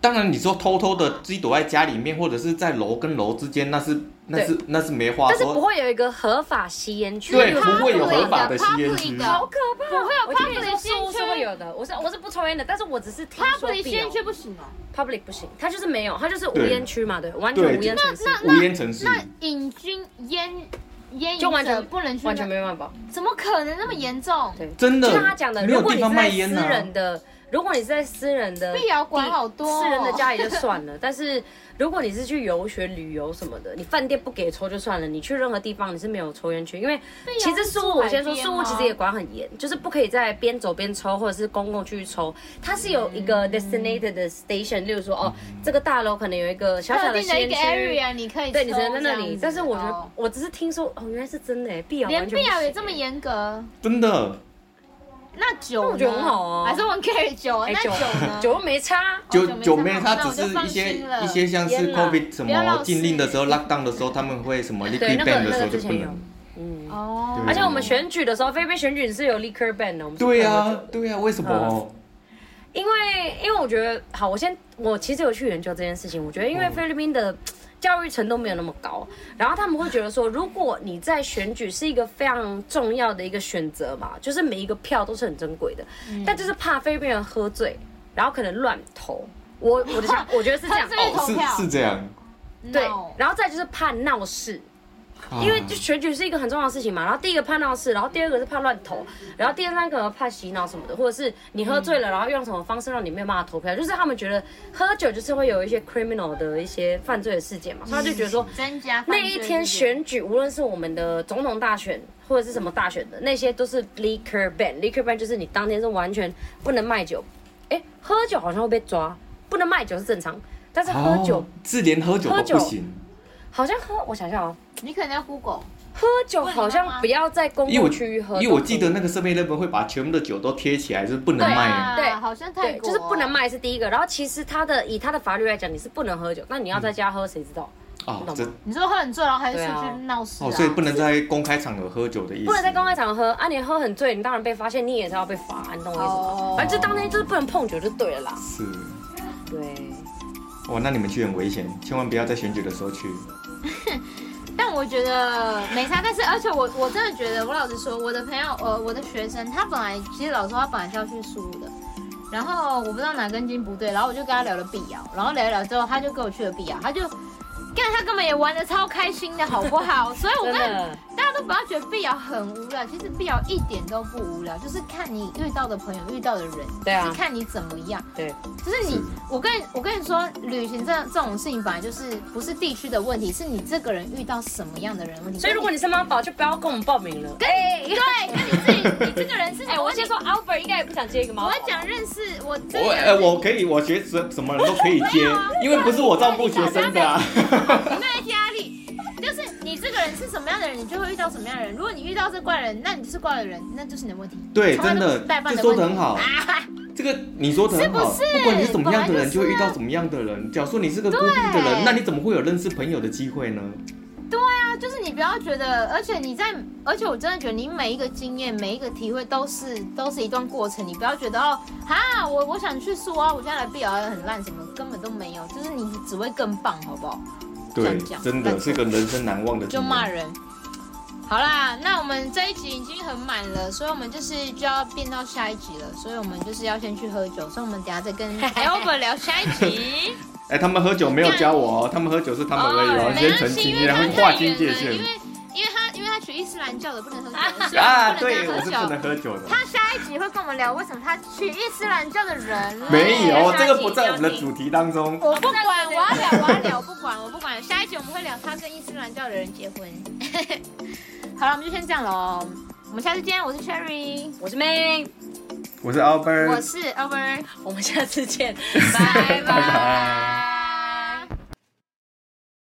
Speaker 4: 当然，你说偷偷的自己躲在家里面，或者是在楼跟楼之间，那是那是那是没话
Speaker 2: 但是不
Speaker 4: 说。
Speaker 2: 会有一个合法吸烟区，
Speaker 4: 对
Speaker 2: 例如
Speaker 4: 不会有合法的
Speaker 3: public
Speaker 4: 吸烟区
Speaker 2: 好可怕，
Speaker 3: 不会有
Speaker 2: 我听
Speaker 3: public
Speaker 2: 说
Speaker 3: 吸烟
Speaker 2: 宿务是
Speaker 3: 区
Speaker 2: 会有的，我是我是不抽烟的，但是我只是听说
Speaker 3: public 吸
Speaker 2: 必有
Speaker 3: 烟区不行哦。
Speaker 2: public 不行，它就是没有，它就是无
Speaker 4: 对
Speaker 2: 烟区嘛，对，完全
Speaker 4: 对
Speaker 2: 无烟城市，
Speaker 4: 无烟城市，
Speaker 3: 那瘾君烟烟瘾
Speaker 2: 就完
Speaker 3: 者
Speaker 2: 全
Speaker 3: 不能去那，
Speaker 2: 完全没办法。
Speaker 3: 怎么可能那么严重？
Speaker 2: 对
Speaker 4: 真的
Speaker 2: 就像他讲的，
Speaker 4: 没有
Speaker 2: 如果
Speaker 4: 地
Speaker 2: 你
Speaker 4: 方
Speaker 2: 是
Speaker 4: 卖
Speaker 2: 在私
Speaker 4: 烟啊
Speaker 2: 人的，如果你是在私人的地，
Speaker 3: 碧瑶管好多哦
Speaker 2: 私人的家里就算了。 但是如果你是去游学、旅游什么的，你饭店不给抽就算了，你去任何地方你是没有抽烟区，因为
Speaker 3: 瑶
Speaker 2: 其实
Speaker 3: 是
Speaker 2: 宿
Speaker 3: 住
Speaker 2: 务我
Speaker 3: 海
Speaker 2: 先说，
Speaker 3: 边啊
Speaker 2: 宿务
Speaker 3: 吗
Speaker 2: 其实也管很严，就是不可以在边走边抽，或者是公共区域抽，它是有一个 designated 的 station，例如说哦，这个大楼可能有一个小小
Speaker 3: 嗯特
Speaker 2: 的
Speaker 3: 定
Speaker 2: 吸
Speaker 3: 的一
Speaker 2: 烟
Speaker 3: 个
Speaker 2: 区。
Speaker 3: area 你可以
Speaker 2: 对，你只能
Speaker 3: 抽
Speaker 2: 在
Speaker 3: 这
Speaker 2: 那
Speaker 3: 样
Speaker 2: 里
Speaker 3: 子。
Speaker 2: 但是我觉得，
Speaker 3: 哦
Speaker 2: 我只是听说，哦，原来是真的哎，碧瑶
Speaker 3: 连
Speaker 2: 完全
Speaker 3: 碧
Speaker 2: 不
Speaker 3: 瑶也
Speaker 2: 行
Speaker 3: 这么
Speaker 2: 欸
Speaker 3: 严格，
Speaker 4: 真的
Speaker 3: 那酒
Speaker 2: 那我觉得很好
Speaker 3: 哦，
Speaker 2: 啊
Speaker 3: 还是我很 care 酒，
Speaker 2: 哎
Speaker 3: 那
Speaker 2: 酒
Speaker 3: 呢？
Speaker 2: 酒又没差，
Speaker 4: 九
Speaker 3: 酒没
Speaker 4: 九
Speaker 3: 差
Speaker 4: 妹，
Speaker 3: 那
Speaker 4: 它只
Speaker 3: 我就是
Speaker 4: 一
Speaker 3: 放
Speaker 4: 些
Speaker 3: 心了
Speaker 4: 一些像是
Speaker 2: 烟啦
Speaker 4: COVID 什
Speaker 3: 不要
Speaker 4: 么
Speaker 3: 闹事
Speaker 4: 禁令的时候，lockdown 的时候，他们会什么
Speaker 2: 对
Speaker 4: liquid
Speaker 2: 那个
Speaker 4: ban 的
Speaker 2: 那
Speaker 4: 时候
Speaker 2: 个
Speaker 4: 就
Speaker 2: 之
Speaker 4: 不
Speaker 2: 前有
Speaker 4: 能。，
Speaker 2: 嗯，
Speaker 3: 哦
Speaker 4: 对
Speaker 2: 而且我们选举的时候，菲菲选举是有 liquor ban 的，我们是不
Speaker 4: 对
Speaker 2: 能
Speaker 4: 啊
Speaker 2: 喝酒，
Speaker 4: 对啊，为什么
Speaker 2: 嗯？因为因为我觉得，好，我先我其实有去研究这件事情，我觉得因为菲律宾的。教育程度没有那么高，然后他们会觉得说，如果你在选举是一个非常重要的一个选择嘛，就是每一个票都是很珍贵的，但就是怕菲律宾人喝醉，然后可能乱投。我我的想，我觉得是这样
Speaker 3: 喝，醉
Speaker 4: 哦
Speaker 3: 投票
Speaker 4: 是是这样，
Speaker 2: 对
Speaker 3: No，
Speaker 2: 然后再就是怕闹事，
Speaker 4: 啊
Speaker 2: 因为就选举是一个很重要的事情嘛，然后第一个怕闹事，然后第二个是怕乱投，然后第三个怕洗脑什么的，或者是你喝醉了，然后用什么方式让你没有办法投票，就是他们觉得喝酒就是会有一些 criminal 的一些犯罪的事件嘛，所以他就觉得说
Speaker 3: 增加
Speaker 2: 那一天选举，无论是我们的总统大选或者是什么大选的，那些都是 liquor ban，liquor ban 就是你当天是完全不能卖酒，哎，喝酒好像会被抓，不能卖酒是正常，但是喝酒
Speaker 4: 哦是连喝酒
Speaker 2: 喝
Speaker 4: 都
Speaker 2: 酒
Speaker 4: 不行，
Speaker 2: 好像喝，我想想哦。
Speaker 3: 你可能要 Google，
Speaker 2: 喝酒好像不要在公
Speaker 4: 因
Speaker 2: 共
Speaker 4: 为我
Speaker 2: 区域喝
Speaker 4: 因为我
Speaker 2: 都可以
Speaker 4: 记得那个 Seven Eleven 会把全部的酒都贴起来，是不能
Speaker 2: 对
Speaker 4: 卖的。
Speaker 3: 啊
Speaker 2: 对
Speaker 3: 好像泰
Speaker 2: 对，啊
Speaker 3: 国
Speaker 2: 就是不能。卖是第一个。然后其实他的以他的法律来讲，你是不能喝酒，那你要在家喝，谁知道？
Speaker 4: 哦
Speaker 3: 啊
Speaker 2: 你懂，吗
Speaker 4: 这
Speaker 3: 你说喝很醉，然后还是
Speaker 2: 对
Speaker 3: 出
Speaker 2: 啊
Speaker 3: 去闹事啊？
Speaker 4: 哦，所以不能在公开场合喝酒的意思。
Speaker 2: 不能在公开场合喝啊！你喝很醉，你当然被发现，你也是要被罚，你懂我意思
Speaker 3: 哦
Speaker 2: 吗？反正就当天就是不能碰酒就对了啦。
Speaker 4: 是，
Speaker 2: 对，
Speaker 4: 哇，那你们去很危险，千万不要在选举的时候去。
Speaker 3: 但我觉得没差，但是而且我我真的觉得，我老实说，我的朋友呃，我的学生，他本来其实老实说，他本来是要去输的，然后我不知道哪根筋不对，然后我就跟他聊了碧瑶，然后聊一聊之后，他就跟我去了碧瑶，他就。干他根本也玩的超开心的，好不好？所以我
Speaker 2: 真
Speaker 3: 跟
Speaker 2: 的
Speaker 3: 大家都都不要觉得碧瑶很无聊，其实碧瑶一点都不无聊，就是看你遇到的朋友、遇到的人，
Speaker 2: 对啊
Speaker 3: 就是看你怎么样。
Speaker 2: 对，
Speaker 3: 就是你
Speaker 4: 是，
Speaker 3: 我跟我跟你说，旅行这这种事情本来就是不是地区的问题，是你这个人遇到什么样的人的问题。
Speaker 2: 所以如果你是妈宝，就不要跟我们报名了。
Speaker 3: 跟你哎对跟你自己，你这个人是
Speaker 2: 哎、我先说，Albert 应该也不想接一个妈
Speaker 3: 我
Speaker 2: 宝。
Speaker 3: 要讲认识我这
Speaker 4: 我
Speaker 3: 个
Speaker 4: 哎，
Speaker 3: 人，
Speaker 4: 我可以，我学什什么人都可以 接，因为不是我照顾学生的啊。
Speaker 3: 没有压力。就是你这个人是什么样的人，你就会遇到什么样的人。如果你遇到是怪人，那你就是怪的人，那就是你的问题。
Speaker 4: 对，
Speaker 3: 从来
Speaker 4: 真
Speaker 3: 都
Speaker 4: 的
Speaker 3: 不是代，办
Speaker 4: 这
Speaker 3: 的
Speaker 4: 说
Speaker 3: 问题
Speaker 4: 的
Speaker 3: 啊
Speaker 4: 很好。 这个你说的很好，
Speaker 3: 是不是
Speaker 4: 管你是什么样的人，
Speaker 3: 本来就
Speaker 4: 就
Speaker 3: 是啊
Speaker 4: 会遇到什么样的人。假如说你是个孤僻的人，
Speaker 3: 对
Speaker 4: 那你怎么会有认识朋友的机会呢？
Speaker 3: 啊，就是你不要觉得，而且你在，而且我真的觉得你每一个经验、每一个体会都是都是一段过程，你不要觉得哦，哈，我我想去苏啊，我现在来 B L 很烂，什么根本都没有，就是你只会更棒，好不好？
Speaker 4: 对
Speaker 3: 这样，讲
Speaker 4: 真的是个人生难忘的经
Speaker 3: 就
Speaker 4: 验。
Speaker 3: 骂人。好啦，那我们这一集已经很满了，所以我们就是就要变到下一集了，所以我们就是要先去喝酒，所以我们等一下再 跟哎 Albert 聊下一集。
Speaker 4: 哎，他们喝酒没有教我哦，他们喝酒是他们而已哦，
Speaker 2: 哦
Speaker 4: 先
Speaker 3: 没关
Speaker 4: 澄
Speaker 3: 系，因
Speaker 4: 清，
Speaker 3: 为
Speaker 4: 然
Speaker 3: 他
Speaker 4: 后划
Speaker 3: 太
Speaker 4: 清
Speaker 3: 远
Speaker 4: 界
Speaker 3: 了，因
Speaker 4: 限
Speaker 3: 为。因为他因为他学伊斯兰教的，不能喝酒， 所以
Speaker 4: 啊，
Speaker 3: 不能
Speaker 4: 对，
Speaker 3: 跟
Speaker 4: 我是
Speaker 3: 他
Speaker 4: 不
Speaker 3: 喝
Speaker 4: 能
Speaker 3: 酒。
Speaker 4: 喝酒的。
Speaker 3: 他下一集会跟我们聊为什么他去伊斯兰教的人类
Speaker 4: 没有，
Speaker 2: 下
Speaker 4: 这
Speaker 2: 一
Speaker 4: 个
Speaker 2: 集
Speaker 4: 不在我们的
Speaker 2: 标题
Speaker 4: 主题当中。
Speaker 3: 我不管，我要聊，我要聊，我不管，我不管。下一集我们会聊他跟伊斯兰教的人结婚。好了，我们就先这样喽，我们下次见。我是 Cherry，
Speaker 2: 我是 May，
Speaker 3: 哦
Speaker 4: 我是 Albert，
Speaker 3: 我是 Over，
Speaker 2: 我们下次见，
Speaker 3: 拜
Speaker 2: 拜
Speaker 4: 拜
Speaker 2: 拜。
Speaker 4: 拜。